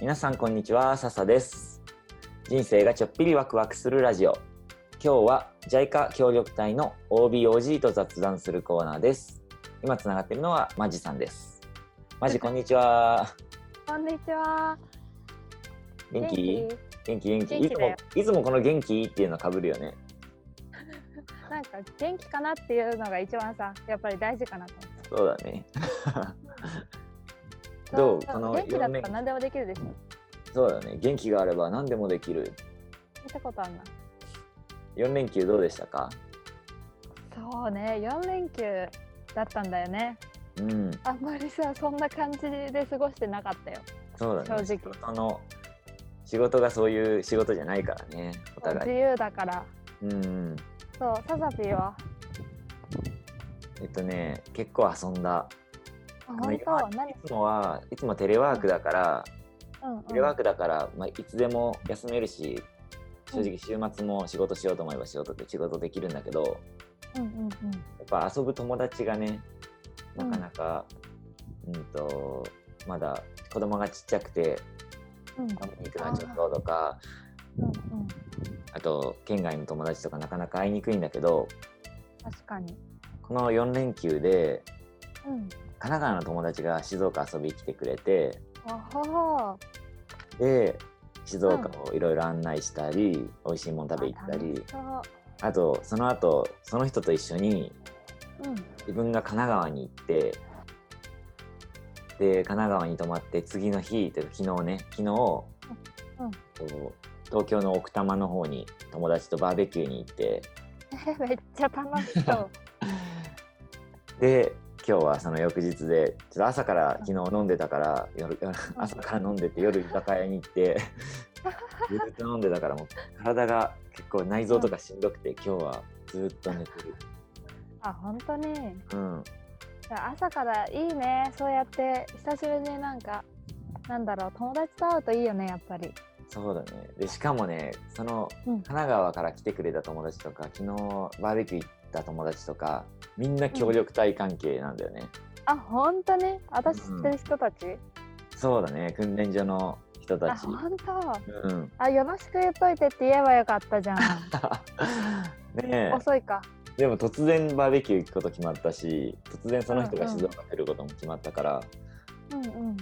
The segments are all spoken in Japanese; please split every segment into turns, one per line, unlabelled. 皆さんこんにちは笹です人生がちょっぴりワクワクするラジオ今日は JICA 協力隊の OBOG と雑談するコーナーです今つながってるのはマジさんですマジこんにちは
こんにちは。
元気元気元気
元
い
気
つ
だよ
もいつもこの元気っていうの被るよね
なんか元気かなっていうのが一番さ、やっぱり大事かなと思って。
そうだねどう
そ
この
元気だ
四
った
年
ら何でもできるでしょ。
そうだね元気があれば何でもできる
見たことあるな。
4連休どうでしたか
そうね、四連休だったんだよね。
うん
あんまりさ、そんな感じで過ごしてなかったよ。
そうだね仕
正直
事の仕事がそういう仕事じゃないからねお
自
互い
由だから。
うん
そう、サザピーは。
えっとね結構遊んだ
あ
の
本当
今、
何
い、つもはいつもテレワークだから、
うんうん
テレワークだから、まあ、いつでも休めるし正直週末も仕事しようと思えば仕事で仕事できるんだけど
うんうんうん。
やっぱ遊ぶ友達がねなかなか、うん、とまだ子供がちっちゃくて
う
飲
ん
みに行くのはちょっととか
うんうん。
あと県外の友達とかなかなか会いにくいんだけど
確かに。
この4連休で
うん。
神奈川の友達が静岡遊びに来てくれて
おほほ。
で静岡をいろいろ案内したり、美味しいもん食べ行ったり
あ楽し
あとその後その人と一緒に
そう。うん。
自分が神奈川に行ってで神奈川に泊まって次の日というか昨日ね昨日、
うん
こう東京の奥多摩の方に友達とバーベキューに行って
え、めっちゃ楽し そう。
で今日はその翌日でちょっと朝から昨日飲んでたから夜夜
うん
朝から飲んでて夜居酒屋に行って ずっと飲んでたからもう体が結構内臓とかしんどくて今日はずっと寝てる。
あ、本当に。
うん
朝からいいねそうやって久しぶりになんかなんだろう友達と会うといいよねやっぱり
そうだねでしかもねその
うん
神奈川から来てくれた友達とか昨日バーベキュー行った友達とかみんな協力隊関係なんだよね、
あ本当に私知
うん
ってる人たち、
そうだね訓練所の人た
あ
ち
本
う
当
ん
あよろしく言っといてって言えばよかったじゃん
ねえ
遅いか
でも突然バーベキュー行くこと決まったし突然その人が静岡来ることも決まったから、
うんうん
うん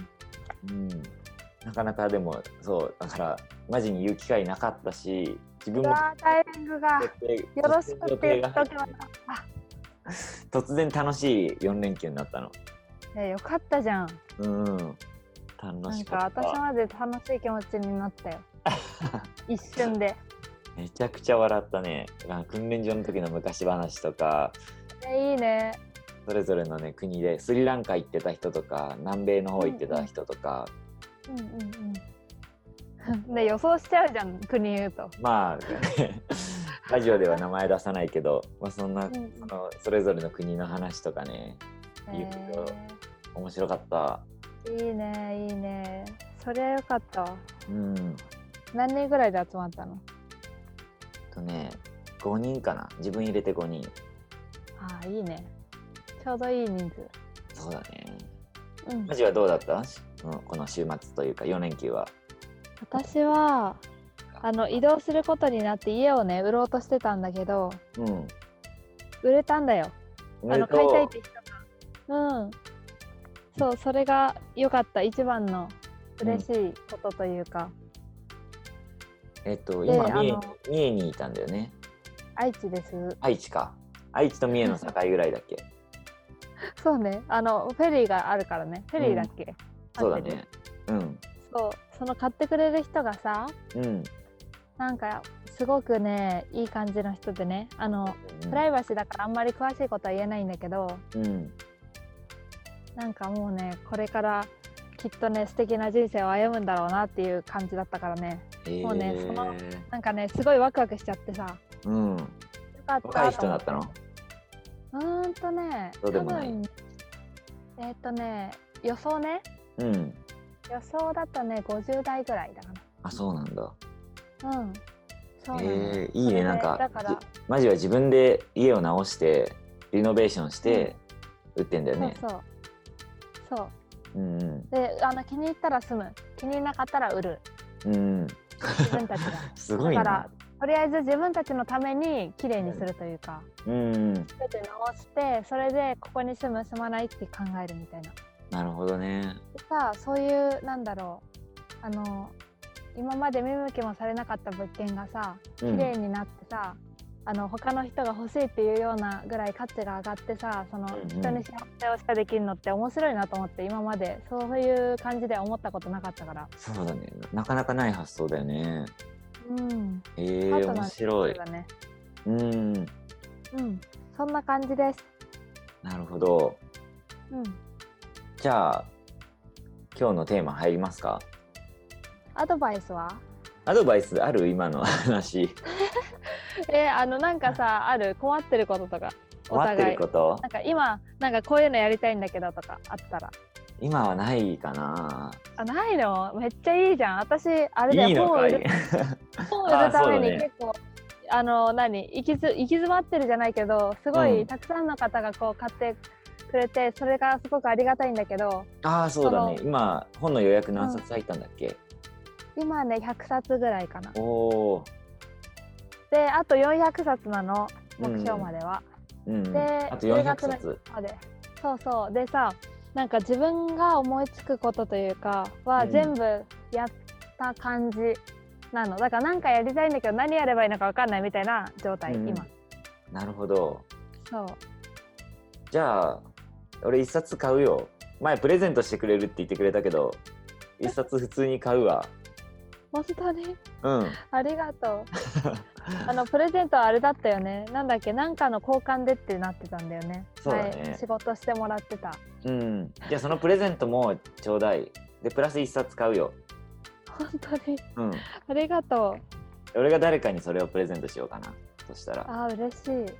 なかなかでもそうだからマジに言う機会なかったし自分
う
も
わータイミングがよろしく
突然予
って言っとき
定が入
ま
っ
してたあ
突然楽しい4連休になったの。
いやよかったじゃん
うん楽
なん
し
か
かった
私まで楽しい気持ちにな ったよ一瞬で
めちゃくちゃ笑ったねあ訓練所の時の昔話とか
えいいね
それぞれのね国でスリランカ行ってた人とか南米の方行ってた人とか、
うんうんうんで予想しちゃうじゃん国言うと
まあ ラジオでは名前出さないけど、まあ、そんな、
うんうん
そのそれぞれの国の話とかねいいよ面白かった
えーいいねいいねそりゃよかったわ
うん
何人ぐらいで集まったの
とね5人かな自分入れて5人
ああいいねちょうどいい人数
そうだね
うん
マジはどうだったしこのこの週末というか4連休は
私はあの移動することになって家をね売ろうとしてたんだけど
うん
売れたんだよ
お
あ
めで
の
と
買
う
いたいって人がうんそうそれが良かった一番の嬉しいことというか、
えっと
で
今
あ
三重
の
三重にいたんだよね
愛知です
愛知か愛知と三重の境ぐらいだっけ
そうねあのフェリーがあるからねフェリーだっけ、
そうだ
合ってる
ねうん
そうその買ってくれる人がさ
うん
なんかすごくねいい感じの人でねあのプライバシーだからあんまり詳しいことは言えないんだけど
うん
なんかもうねこれからきっとね素敵な人生を歩むんだろうなっていう感じだったからねもうね
へー
そのなんかねすごいワクワクしちゃってさよ
うん
かった
若い人だった
の
の
うーんとね
そうでもない
多分えーっ、とね予想ね
うん
予想だとね50代ぐらいだか
あそうなんだ
なうんそうなの
えーいい
そ
ね
れで
なんか
だから
じマジは自分で家を直してリノベーションして売ってんだよね
そうそうそう
うんうん
であの気に入ったら住む気に入らなかったら売る
うんうん
自分たちが
すごい
だから
な
とりあえず自分たちのために綺麗にするというか、
うんうん
全て直してそれでここに住む住まないって考えるみたいな
なるほどね
でさそういうなんだろうあの今まで見向きもされなかった物件がさ
う
綺麗
ん
になってさ、あの他の人が欲しいっていうようなぐらい価値が上がってさその
うんうん
人に幸せをしかできるのって面白いなと思って今までそういう感じで思ったことなかったから。
そうだねなかなかない発想だよね
うん、
え
パ
ー、
ート
面
ナーってこ
白
と
い
だね。
うん
うん、そんな感じです。
なるほど
うん、
じゃあ今日のテーマ入りますか
アドバイスは？
アドバイスある今の話
えーあのなんかさある困ってることとかお
困って
互
る
い
こと
なんか今なんかこういうのやりたいんだけどとかあったら
今はないかな
あないのめっちゃいいじゃん私あれだよ
いいの
本を
か
売
い
る本を
あ
売るために
そうだね
結構あの何行きず行き詰まってるじゃないけどすごい、
うん
たくさんの方がこう買ってくれてそれがすごくありがたいんだけど
ああそうだね
そ
今本の予約何冊入ったんだっけ、
今ね100冊ぐらいかな
おお
であと400冊なの目標ま
で、
では、
うんうん
で
あと
10
400
月の
冊
までそうそうでさなんか自分が思いつくことというか
う
は
ん
全部やった感じなの、だから何かやりたいんだけど何やればいいのか分かんないみたいな状態、
うんうん
今
なるほど
そう
じゃあ俺一冊買うよ前プレゼントしてくれるって言ってくれたけど一冊普通に買うわ
本当に
うん
ありがとう あのプレゼントはあれだったよねなんだっけ何かの交換でってなってたんだよね
そうだね
前仕事してもらってた
うんじゃあそのプレゼントもちょうだいでプラス一冊買うよ
本当に
うん
ありがとう
俺が誰かにそれをプレゼントしようかなそしたら
あー嬉しい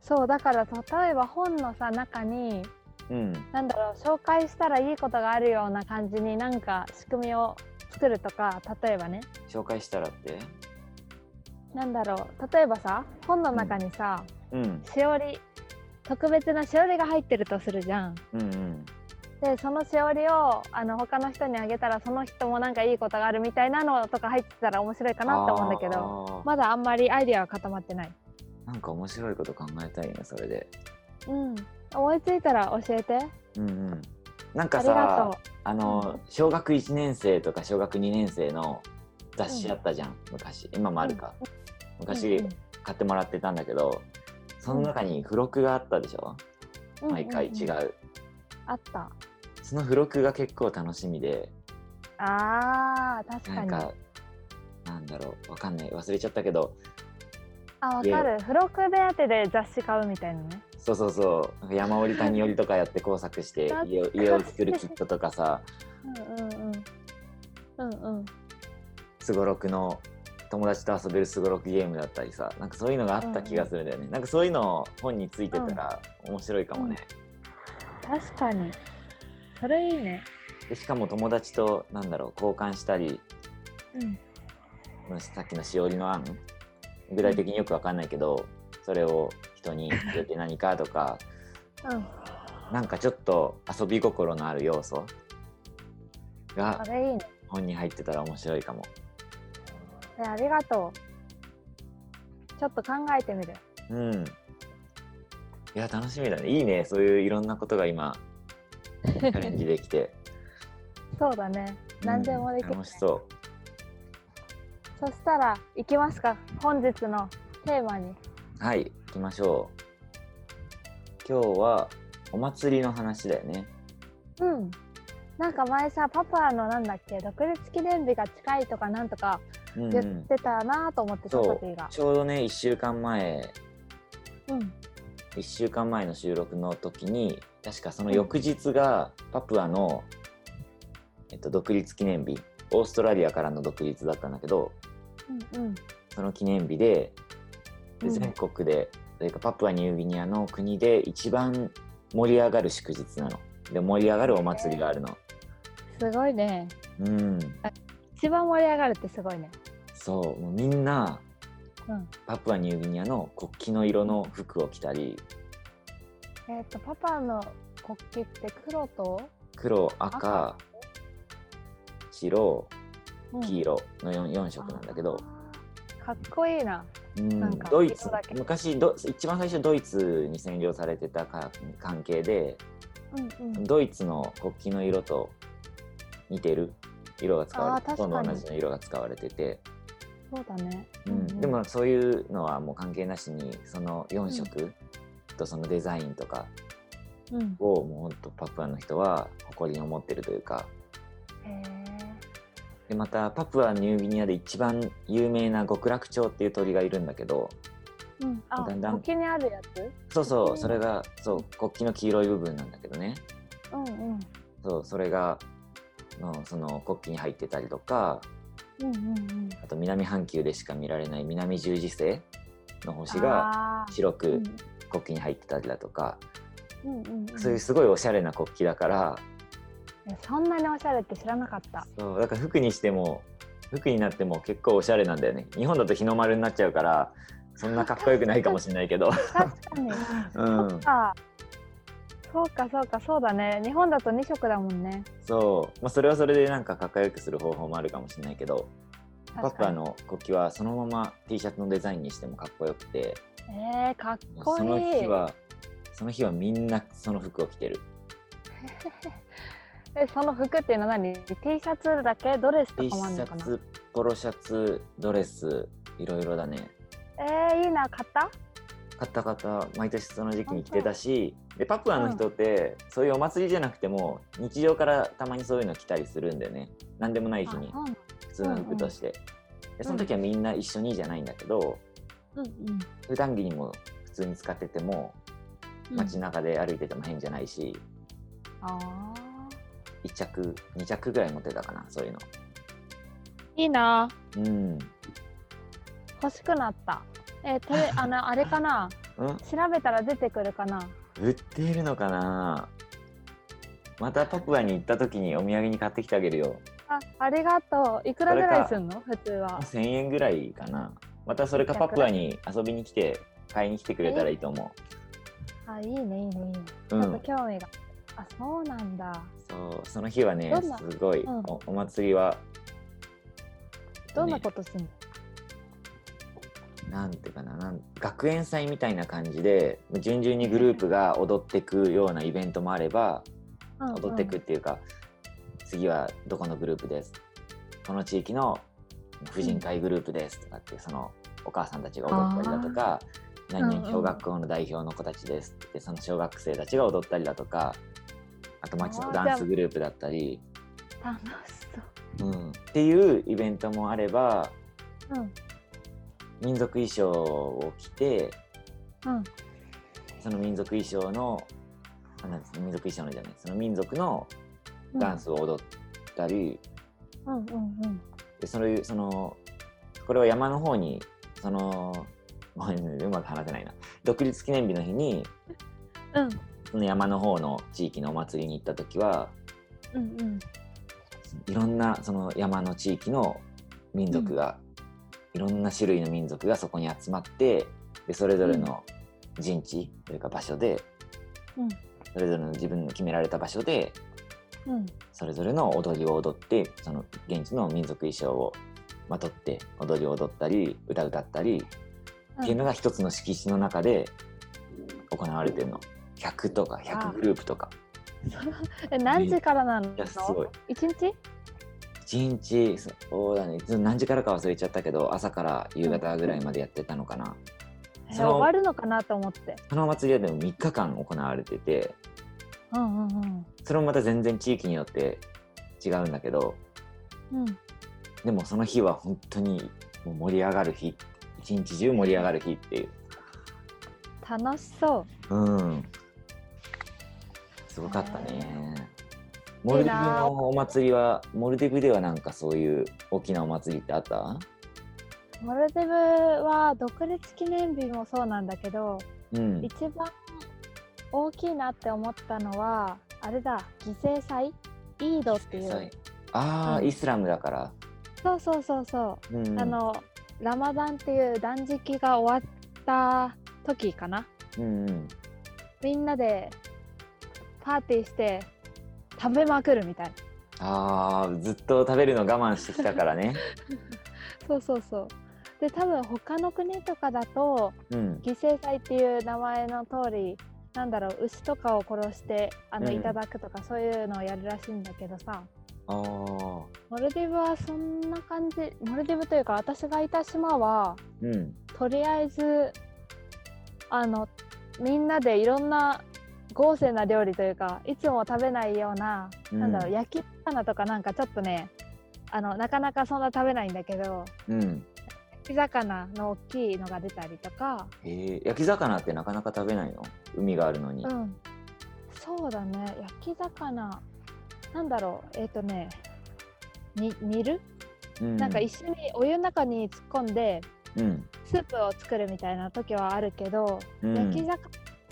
そうだから例えば本のさ中に
うん
なんだろう紹介したらいいことがあるような感じになんか仕組みを作るとか例えばね
紹介したらって
なんだろう例えばさ本の中にさ、
うん
しおり特別なしおりが入ってるとするじゃん。
うんうん
でそのしおりをあの他の人にあげたらその人もなんかいいことがあるみたいなのとか入ってたら面白いかなって思うんだけど
ど
まだあんまりアイディアは固まってない。
なんか面白いこと考えたいねそれで
うん思いついたら教えて。
うんうんなん
あ
か
りが
さ
と
あの小学1年生とか小学2年生の雑誌あったじゃん、昔今もあるか、
う。
昔、
うん
買ってもらってたんだけどその中に付録があったでしょ、
うん
毎回
んん
違う,、
あった。
その付録が結構楽しみで
あー確
な
か
ん
に。
かなんだろうわかんない忘れちゃったけど
あ、わかる。付録目当てで雑誌買うみたいなね。
そうそうそうなんか山折り谷折りとかやって工作して
懐かしい
家を家を作るキットとかさ
うんうんうん。うんうん。
すごろくの友達と遊べるすごろくゲームだったりさなんかそういうのがあった気がするんだよね、なんかそういうの本についてたら面白いかもね、
確かに。それいいね。
でしかも友達となんだろう交換したり
うん。
さっきのしおりの案具体的によくわかんないけど、それを人に入れて何かとか
うん。
なんかちょっと遊び心のある要素が
それいいね。
本に入ってたら面白いかも
え、ありがとう。ちょっと考えてみる。
うんいや楽しみだねいいねそういういろんなことが今チャレンジできて
そうだね。何でもでき
う
る
ん。楽しそ
そしたら、行きますか。本日のテーマに。
うはい行きましょう今日はお祭りの話だよね
うん。なんか前さ、パパのなんだっけ、独立記念日が近いとかなんとか
うんうん、
言ってたなと思って、
そ
た
う
パパが。
ちょうどね1週間前
うん。
1週間前の収録の時に確かその翌日がパプアの、えっと、独立記念日オーストラリアからの独立だったんだけど
うんうん。
その記念日でで
うん
全国で、というかパプアニューギニアの国で一番盛り上がる祝日なので盛り上がるお祭りがあるの、
すごいね。
うん
一番盛り上がるってすごいね。
そうもうみんな
うん。
パプアニューギニアの国旗の色の服を着たり
えっ、とパパの国旗って黒と
黒赤白
うん
黄色の 4, 4色なんだけど、
かっこいいな。
うん
なんか
ドイツ
色だけ
昔ド一番最初ドイツに占領されてたか関係で
うんうん。
ドイツの国旗の色と似てる色が使われて
あ
ほ
ー
とんど
確か
同
に
じの色が使われてて、
そうだね。
うん
うんうん
でもそういうのはもう関係なしにその4色とそのデザインとか
うん。
をもうほんとパプアの人は誇りに思ってるというか
へえ。
でまたパプアニューギニアで一番有名な極楽鳥っていう鳥がいるんだけど
うん。あ、
だんだん
沖にあるやつ。
そう
う
そうんそれがそう国旗の黄色い部分なんだけどね
うんうん。
そうそれがのその国旗に入ってたりとか
うんうんうん。
あと南半球でしか見られない南十字星の星が
が
白
う
く
ん
国旗に入ってたりだとか、
うんうんうん
そういうすごいおしゃれな国旗だから
いやそんなにおしゃれって知らなかった。
そうだから服にしても服になっても結構おしゃれなんだよね日本だと日の丸になっちゃうからそんなかっこよくないかもしれないけど、
確かに。
うん、
あ、そうかそうかそうだね。日本だと二色だもんね。
そう、まあ、それはそれでなんかかっこよくする方法もあるかもしれないけどパ
確
プア
かに。
の国旗はそのまま T シャツのデザインにしてもかっこよくて
えー、かっ
もう
こい
そ
い。
の日はその日はみんなその服を着てる
え、その服っていうのは何 ?T シャツだけドレス
T シ
とかもあるのか
ャ
な
ツポロシャツドレスいろいろだね
えー、いいな、買った
買った方毎年その時期に着てたしでパプアの人って、そういうお祭りじゃなくても日常からたまにそういうの着たりするんだよね何でもない日に
あ
普通の服として、でその時はみんな一緒にじゃないんだけど
そうなんうん
普段着にも普通に使ってても
うん。
街中で歩いてても変じゃないし、
あ
1着2着ぐらい持ってたかなそういうの
ーいいな。
うん
欲しくなった。えー、テレあのあれかな
うん
調べたら出てくるかな
売っているのかなまたパプアに行った時にお土産に買ってきてあげるよ
あありがとう。いくらぐらいすんの普通は。
1000円ぐらいかなまたそれかパプアに遊びに来て買いに来てくれたらいいと思
あ、いいね、いいね、いいね。
う、う
ちょっと
ん、
興味が。あ、そうなんだ。
そうその日はね
どんな
すごい、
うん
おお祭りは
どんなことすんの、
なんていうかななん学園祭みたいな感じで順々にグループが踊ってくようなイベントもあれば
うんうん
踊ってくっていうか、次はどこのグループですこの地域の婦人会グループですとかってそのお母さんたちが踊ったりだとか何
うん
々
うん
小学校の代表の子たちですってその小学生たちが踊ったりだとかあと町のダンスグループだったり、
楽しそ
うん、っていうイベントもあれば
う。うん。
民族衣装を着て
うん。
その民族衣装のあなんです民族衣装のじゃないその民族のダン。スを踊ったり、
うんうんうん。
でそれそのこれは山の方にそのごめんねうまく話せないな独立記念日の日に
うん
その山の方の地域のお祭りに行った時は
うんうん。
いろんなその山の地域の民族が、いろんな種類の民族がそこに集まってでそれぞれの陣地というか場所で、
うん
それぞれの自分の決められた場所で
うん。
それぞれの踊りを踊ってその現地の民族衣装をまとって踊りを踊ったり歌歌ったりっていうのが一つの敷地の中で行われてるの100とか100グループとか
え、何時からなの
いやすごい
一日
1日そうだね何時からか忘れちゃったけど朝から夕方ぐらいまでやってたのかな
え
そ
終
の
わるのかなと思って。
そのお祭りはでも3日間行われてて
うんうんうん。
それもまた全然地域によって違うんだけど
うん。
でもその日は本当にもう盛り上がる日一日中盛り上がる日っていう
楽しそう。
うん。すごかったね。モルディブのお祭りは、モルディブではなんかそういう大きなお祭りってあった
モルディブは独立記念日もそうなんだけど、
うん。
一番大きいなって思ったのは、あれだ、犠牲祭イードっていう。
ああ、
うん
イスラムだから。
そうそうそうそう。
うん
あ、のラマダンっていう断食が終わった時かな
うんうん。
みんなでパーティーして食べまくるみたいな
あーずっと食べるの我慢してきたから ね
そうそうそうで多分他の国とかだと
うん
犠牲祭っていう名前の通りなんだろう牛とかを殺してあの
うん
いただくとか、そういうのをやるらしいんだけどさ
あー
モルディブはそんな感じモルディブというか私がいた島は
うん
とりあえずあのみんなでいろんな豪勢な料理というかいつも食べないような,、
うん
なんだろう焼き魚とかなんかちょっとねあのなかなかそんな食べないんだけど
うん
焼き魚の大きいのが出たりとか、
えー、焼き魚ってなかなか食べないの海があるのに、
うん、そうだね焼き魚なんだろうえっ、とねに煮る、
うん
なんか一緒にお湯の中に突っ込んで
うん
スープを作るみたいな時はあるけど、
うん
焼き魚は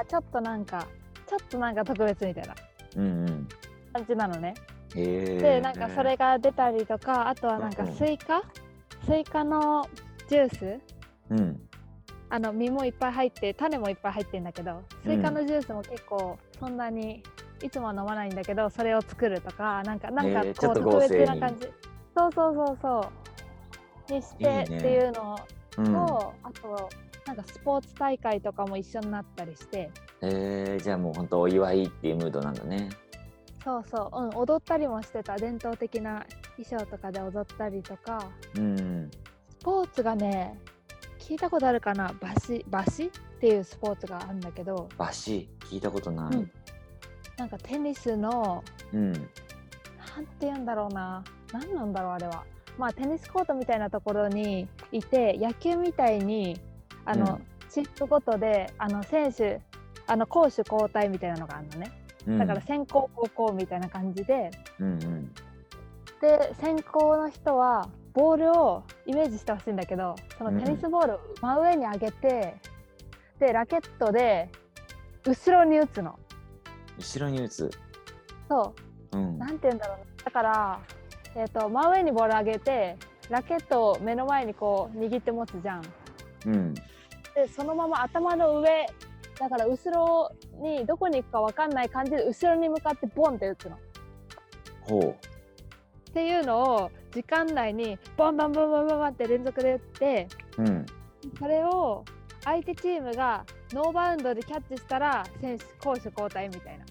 ちょっとなんかちょっとなんか特別みたいな
うんうん
感じなのね。
へー
でなんかそれが出たりとかあとはなんか
うんうん
スイカ、スイカのジュース
うん
あの実もいっぱい入って種もいっぱい入ってんだけどスイカのジュースも結構そんなにいつもは飲まないんだけどそれを作るとかなんかなんか
えーち
こ
ょ
う
っと
特
豪勢
別
に
な感じ、そうそうそうそうにして
いいね
っていうの
うん
と、あとなんかスポーツ大会とかも一緒になったりして
えー、じゃあもう本当お祝いっていうムードなんだね
そうそう、うん、踊ったりもしてた伝統的な衣装とかで踊ったりとか
うん
スポーツがね聞いたことあるかなバシバシっていうスポーツがあるんだけど
バシ聞いたことない、
うんなんかテニスの
うん
なんて言うんだろうな何なんだろうあれはまあテニスコートみたいなところにいて野球みたいにあの、
うん
チームごとであの選手あの攻守交代みたいなのがあるのね
うん、
だから先攻後攻みたいな感じで、
うんうん
で先攻の人はボールをイメージしてほしいんだけどそのテニスボールを真上に上げて、でラケットで後ろに打つの
後ろに打つ
そう
うん
なんて言うんだろうなだから、えー、と真上にボール上げてラケットを目の前にこう握って持つじゃん
うん
でそのまま頭の上だから後ろにどこに行くか分かんない感じで後ろに向かってボンって打つのっ
ほ
ていうのを時間内にボンボンボンボンボンボンって連続で打って
ううん
それを相手チームがノーバウンドでキャッチしたら選手攻守交代みたいな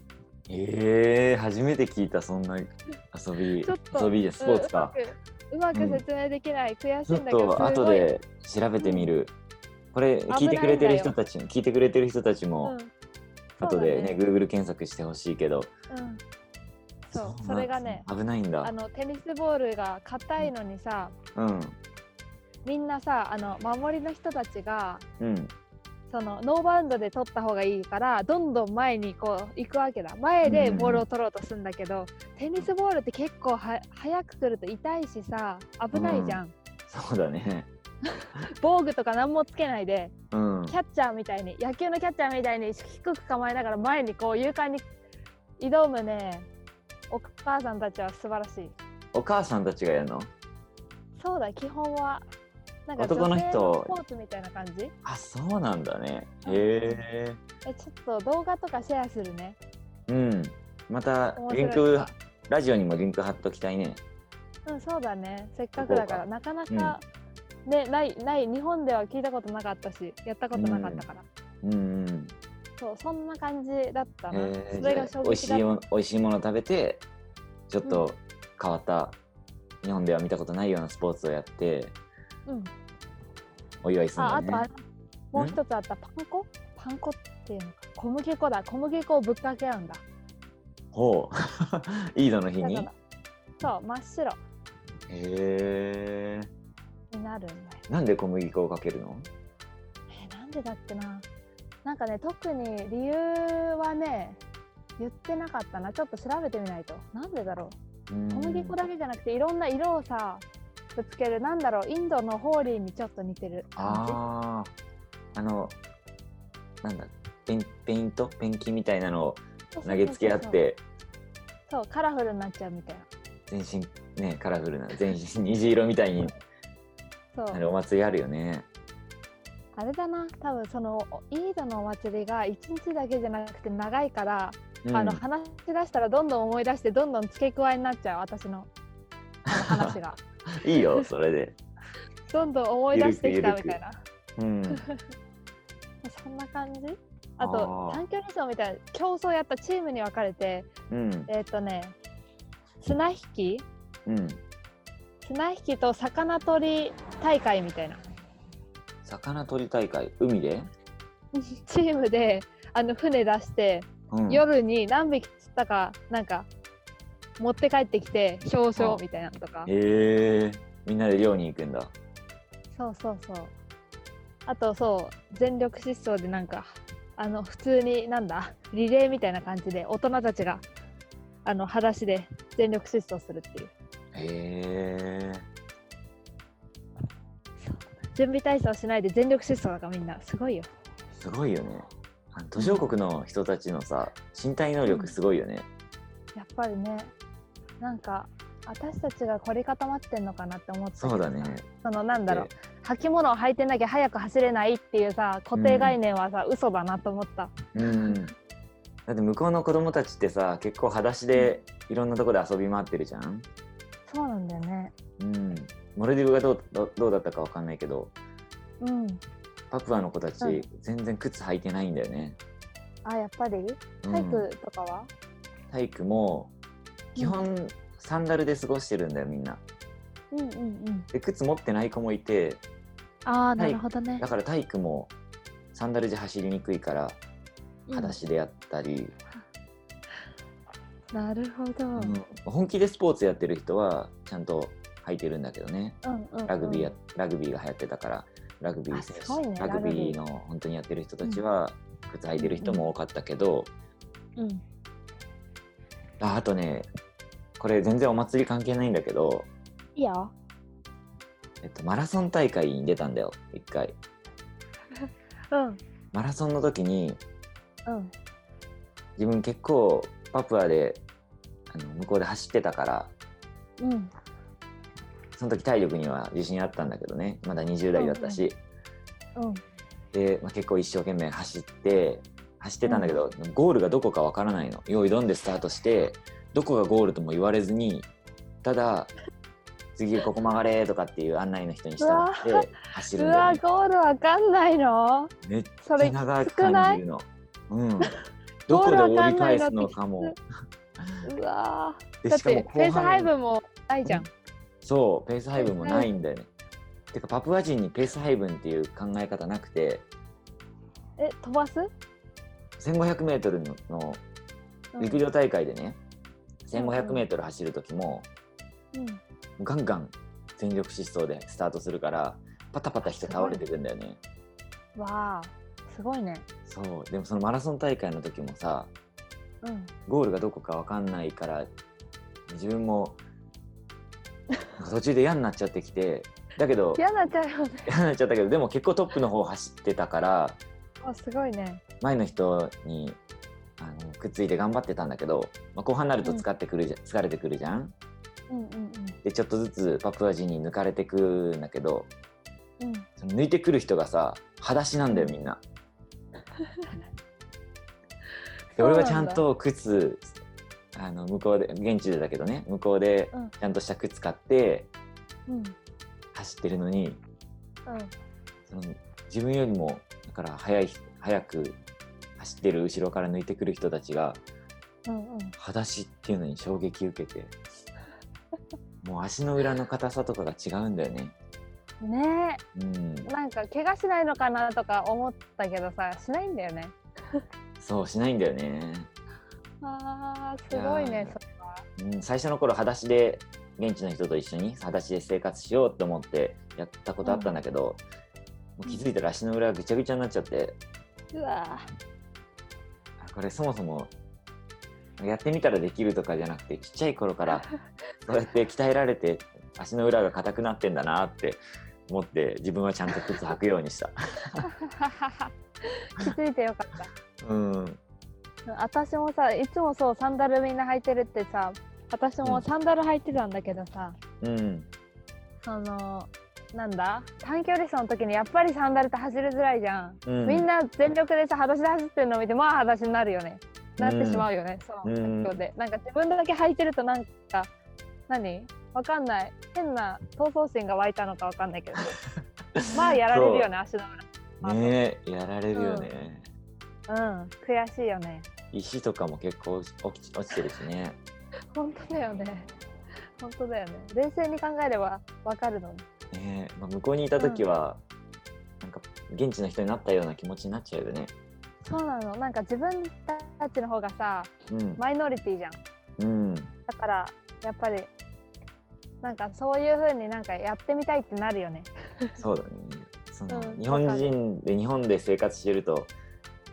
ええー、初めて聞いたそんな遊び
ちょっと
遊びじゃスポーツか、
うんうまくうまく説明できない、悔し
ち
い
ょ
ん
っ
だけど
と
す
後
ごい、
で調べてみる、これ
ない
聞いてくれてる人たち聞いてくれてる人たちも、
うん
後でね
そう
Google 検索してほしいけど
うん、そう
なん
それがね
危ないんだ
あのテニスボールが硬いのにさ、
うん
みんなさあの守りの人たちが
うん
そのノーバウンドで取った方がいいからどんどん前にこう行くわけだ前でボールを取ろうとするんだけど、テニスボールって結構は早く来ると痛いしさ危ないじゃん、
そうだね
防具とか何もつけないで
うん
キャッチャーみたいに野球のキャッチャーみたいに低く構えながら前にこう勇敢に挑むねお母さんたちは素晴らしい
お母さんたちがやるの
そうだ基本はなんか
男の人
女性のスポーツみたいな感じ
あそうなんだねへ
えちょっと動画とかシェアするね
えうんまた
面白い
リンクラジオにもリンク貼っときたいね
うんそうだねせっかくだから
行
なかなか、ねないない日本では聞いたことなかったしやったことなかったから、
うんうん
そうそんな感じだったな、
えー
それが
じゃ
衝
あ美味
撃
しい
だっ
もの美味しいもの食べてちょっと変わった、日本では見たことないようなスポーツをやって
た、うん、
お祝いする
ああ
の
と
ね
あれもう一つあったパン粉パン粉っていうのか小麦粉だ小麦粉をぶっかけ合うんだ
ほう イードの日
だか
に
らそう真っ白
へえ
になるんだよ
なんで小麦粉をかけるの
えーなんでだっけななんかね特に理由はね言ってなかったなちょっと調べてみないとなんでだろう小麦粉だ
け
けじゃなくていろんな色をさぶつけるなんだろうインドのホーリーにちょっと似てる感
あーあのなんだペンペイントペンキみたいなのを
じ
投げつけ合って
そうそうそうそうそうカラフルになっちゃうみたい
全身ねカラフルな全身虹色みたいに
なそ
な
う
るお祭りあるよね
あれだな多分そのイードのお祭りが1日だけじゃなくて長いから
うん
あの話し出したらどんどん思い出してどんどん付け加えになっちゃう私のあの話 が
いいよそれで。
どんどん思い出してきた
ゆ
み
るくゆるく
たいな
うん、
そんな感じあ
あ
と
ー
短距離走みたいな競争やったチームに分かれて
うん、
えっ、とね綱引き
うん。
綱引きと魚取り大会みたいな
魚取り大会海で、
チームであの船出して
うん、
夜に何匹釣ったかなんか持って帰ってきて表彰みたいなのとか
へえみんなで漁に行くんだ。
そうそうそうあとそう全力疾走でなんかあの普通になんだリレーみたいな感じで大人たちがあの裸足で全力疾走するっていう
へえ
準備体操しないで全力疾走だからみんなすごいよ
すごいよね。あの途上国の人たちのさ身体能力すごいよね。
やっぱりねなんか私たちが凝り固まってんのかなって思って
そうだね。
そのなんだろう履物を履いてなきゃ早く走れないっていうさ固定概念はさ、嘘だなと思った
うん。だって向こうの子供たちってさ結構裸足でいろんなとこで遊び回ってるじゃん。
そうなんだよね
うん。モルディブがどうどどうだったかわかんないけど
うん
パプアの子たち、
うん
全然靴履いてないんだよね。
あやっぱり
うん
体育とかは、
体育も基本サンダルで過ごしてるんだよみんな。
うん、うんうん
で靴持ってない子もいて
ああ
な
な
る
る
ほ
ほどね
だから体育もサンダルじゃ走りにくいから裸足でやったり、
なるほど、うん
うん本気でスポーツやってる人はちゃんと履いてるんだけどね
うんうん、
ラグビーや、ラグビーが流行ってたからラグビー
あ
選
すごい
手、
ね
ラグビー
ラ
の本当にやってる人たちは靴履いてる人も多かったけど、
うん、
ああとねこれ全然お祭り関係ないんだけど、
いいよ
えっと、マラソン大会に出たんだよ一回
うんうん
マラソンの時に自分結構パプアであの向こうで走ってたから
うん
その時体力には自信あったんだけどねまだ20代だったし、
うん
で、まあ、結構一生懸命走って走ってたんだけど、ゴールがどこかわからないのよいどんでスタートしてどこがゴールとも言われずにただ次ここ曲がれとかっていう案内の人に従って走る
うんわ
だよ、ね、
ゴールわかんないの
めっち
そ
ゃ
れ
長
きつくな
感
い
じるの。 うん、どこで折り返すのか
ゴール
も
わ。うわー
で
だっ
しかも
てペ
後
ース配
半
分もないじゃん
そうペース配分もないんだよね。てかパプア人にペース配分っていう考え方なくて
え飛ばす、
1500m のの
うん
陸上大会でね
うんうん
1500m 走る時も
うん
ガンガン全力疾走でスタートするからパタパタ人倒れてくんだよね
わあすごいね
そうでもそのマラソン大会の時もさ
うん
ゴールがどこか分かんないから自分もなんか途中で嫌になっちゃってきてだけど
嫌なっちゃうよね
嫌になっちゃったけどでも結構トップの方走ってたから
あすごいね
前の人にあのくっついて頑張ってたんだけど、まあ、後半になると疲ってくるじゃ、疲れてくるじゃん
うんうん
でちょっとずつパプア人に抜かれてくんだけど
うんうん
その抜いてくる人がさ裸足なんだよみんな。で俺はちゃんと靴あの向こうで現地でだけどね向こうで
うん
ちゃんとした靴買って
うんうん
走ってるのにその自分よりもだから速い速く走ってる後ろから抜いてくる人たちが
うんうん
裸足っていうのに衝撃受けてもう足の裏の硬さとかが違うんだよね。
ね
うん
えなんか怪我しないのかなとか思ったけどさしないんだよね
そうしないんだよね、
あーすごい
いやー
ねそれは
うん、最初の頃裸足で現地の人と一緒に裸足で生活しようと思ってやったことあったんだけど、もう気づいたら足の裏がぐちゃぐちゃになっちゃって
うわ
あこれそもそもやってみたらできるとかじゃなくてちっちゃい頃からそうやって鍛えられて足の裏が硬くなってんだなって思って自分はちゃんと靴履くようにした。
ー 気づいてよかった
うん、
私もさいつもそうサンダルみんな履いてるってさ私
う
も
ん
サンダル履いてたんだけどさ、
うん、
そのなんだ短距離走の時にやっぱりサンダルって走りづらいじゃん、
うん
みんな全力でさ裸足で走ってるのを見てまあ裸足になるよねなってしまうよね、その環境で、なんか自分だけ履いてるとなんか何わかんない変な闘争心が湧いたのかわかんないけどまあやられるよね足の裏、
ねえやられるよね、
うん悔しいよね
石とかも結構落ち落ちてるしね
本当だよね本当だよね冷静に考えればわかるのに
ねえ、まあ、向こうにいた時は、なんか現地の人になったような気持ちになっちゃうよね
そうなのなんか自分たちの方がさ
うん、
マイノリティじゃん
うん、
だからやっぱりなんかそういう風になんかやってみたいってなるよね
そうだねその、
うん
日本人で日本で生活してると、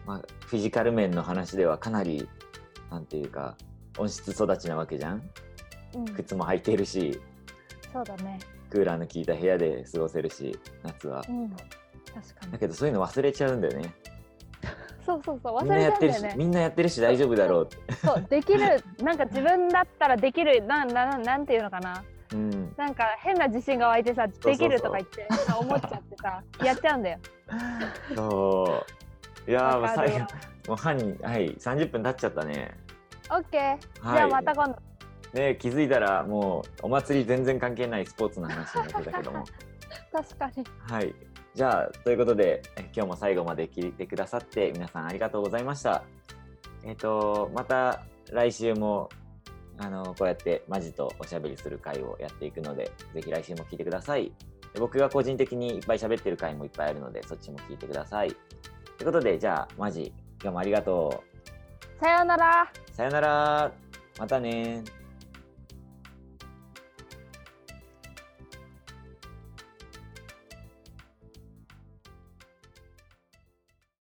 まあ、フィジカル面の話ではかなりなんていうか温室育ちなわけじゃん
うん
靴も履いてるし
そうだね
クーラーの効いた部屋で過ごせるし夏は
うん確か
だ
に
けどそういうの忘れちゃうんだよね
そうそうそう
み
忘
んな
れ
や
ちゃ
っ
うん
て
だ
る
よ
し
ね
みんなやってるし大丈夫だろうって
そうできるなんか自分だったらできるななななんていうのかな
うん
なんか変な自信が湧いてさ
そうそう
できるとか言ってさ思っちゃってさやっちゃうんだよ。
そういやーもう
わかる
最
わ
後もう半はい30分経っちゃったね
オッケー、
はい
じゃあまた今度
ね気づいたらもうお祭り全然関係ないスポーツの話になってたけど も
確かに
はいじゃあということでえ今日も最後まで聞いてくださって皆さんありがとうございましたえっ、とまた来週もあのこうやってマジとおしゃべりする会をやっていくのでぜひ来週も聞いてくださいで僕が個人的にいっぱい喋ってる回もいっぱいあるのでそっちも聞いてくださいということでじゃあマジ今日もありがと
さようなら。
うさよならまたね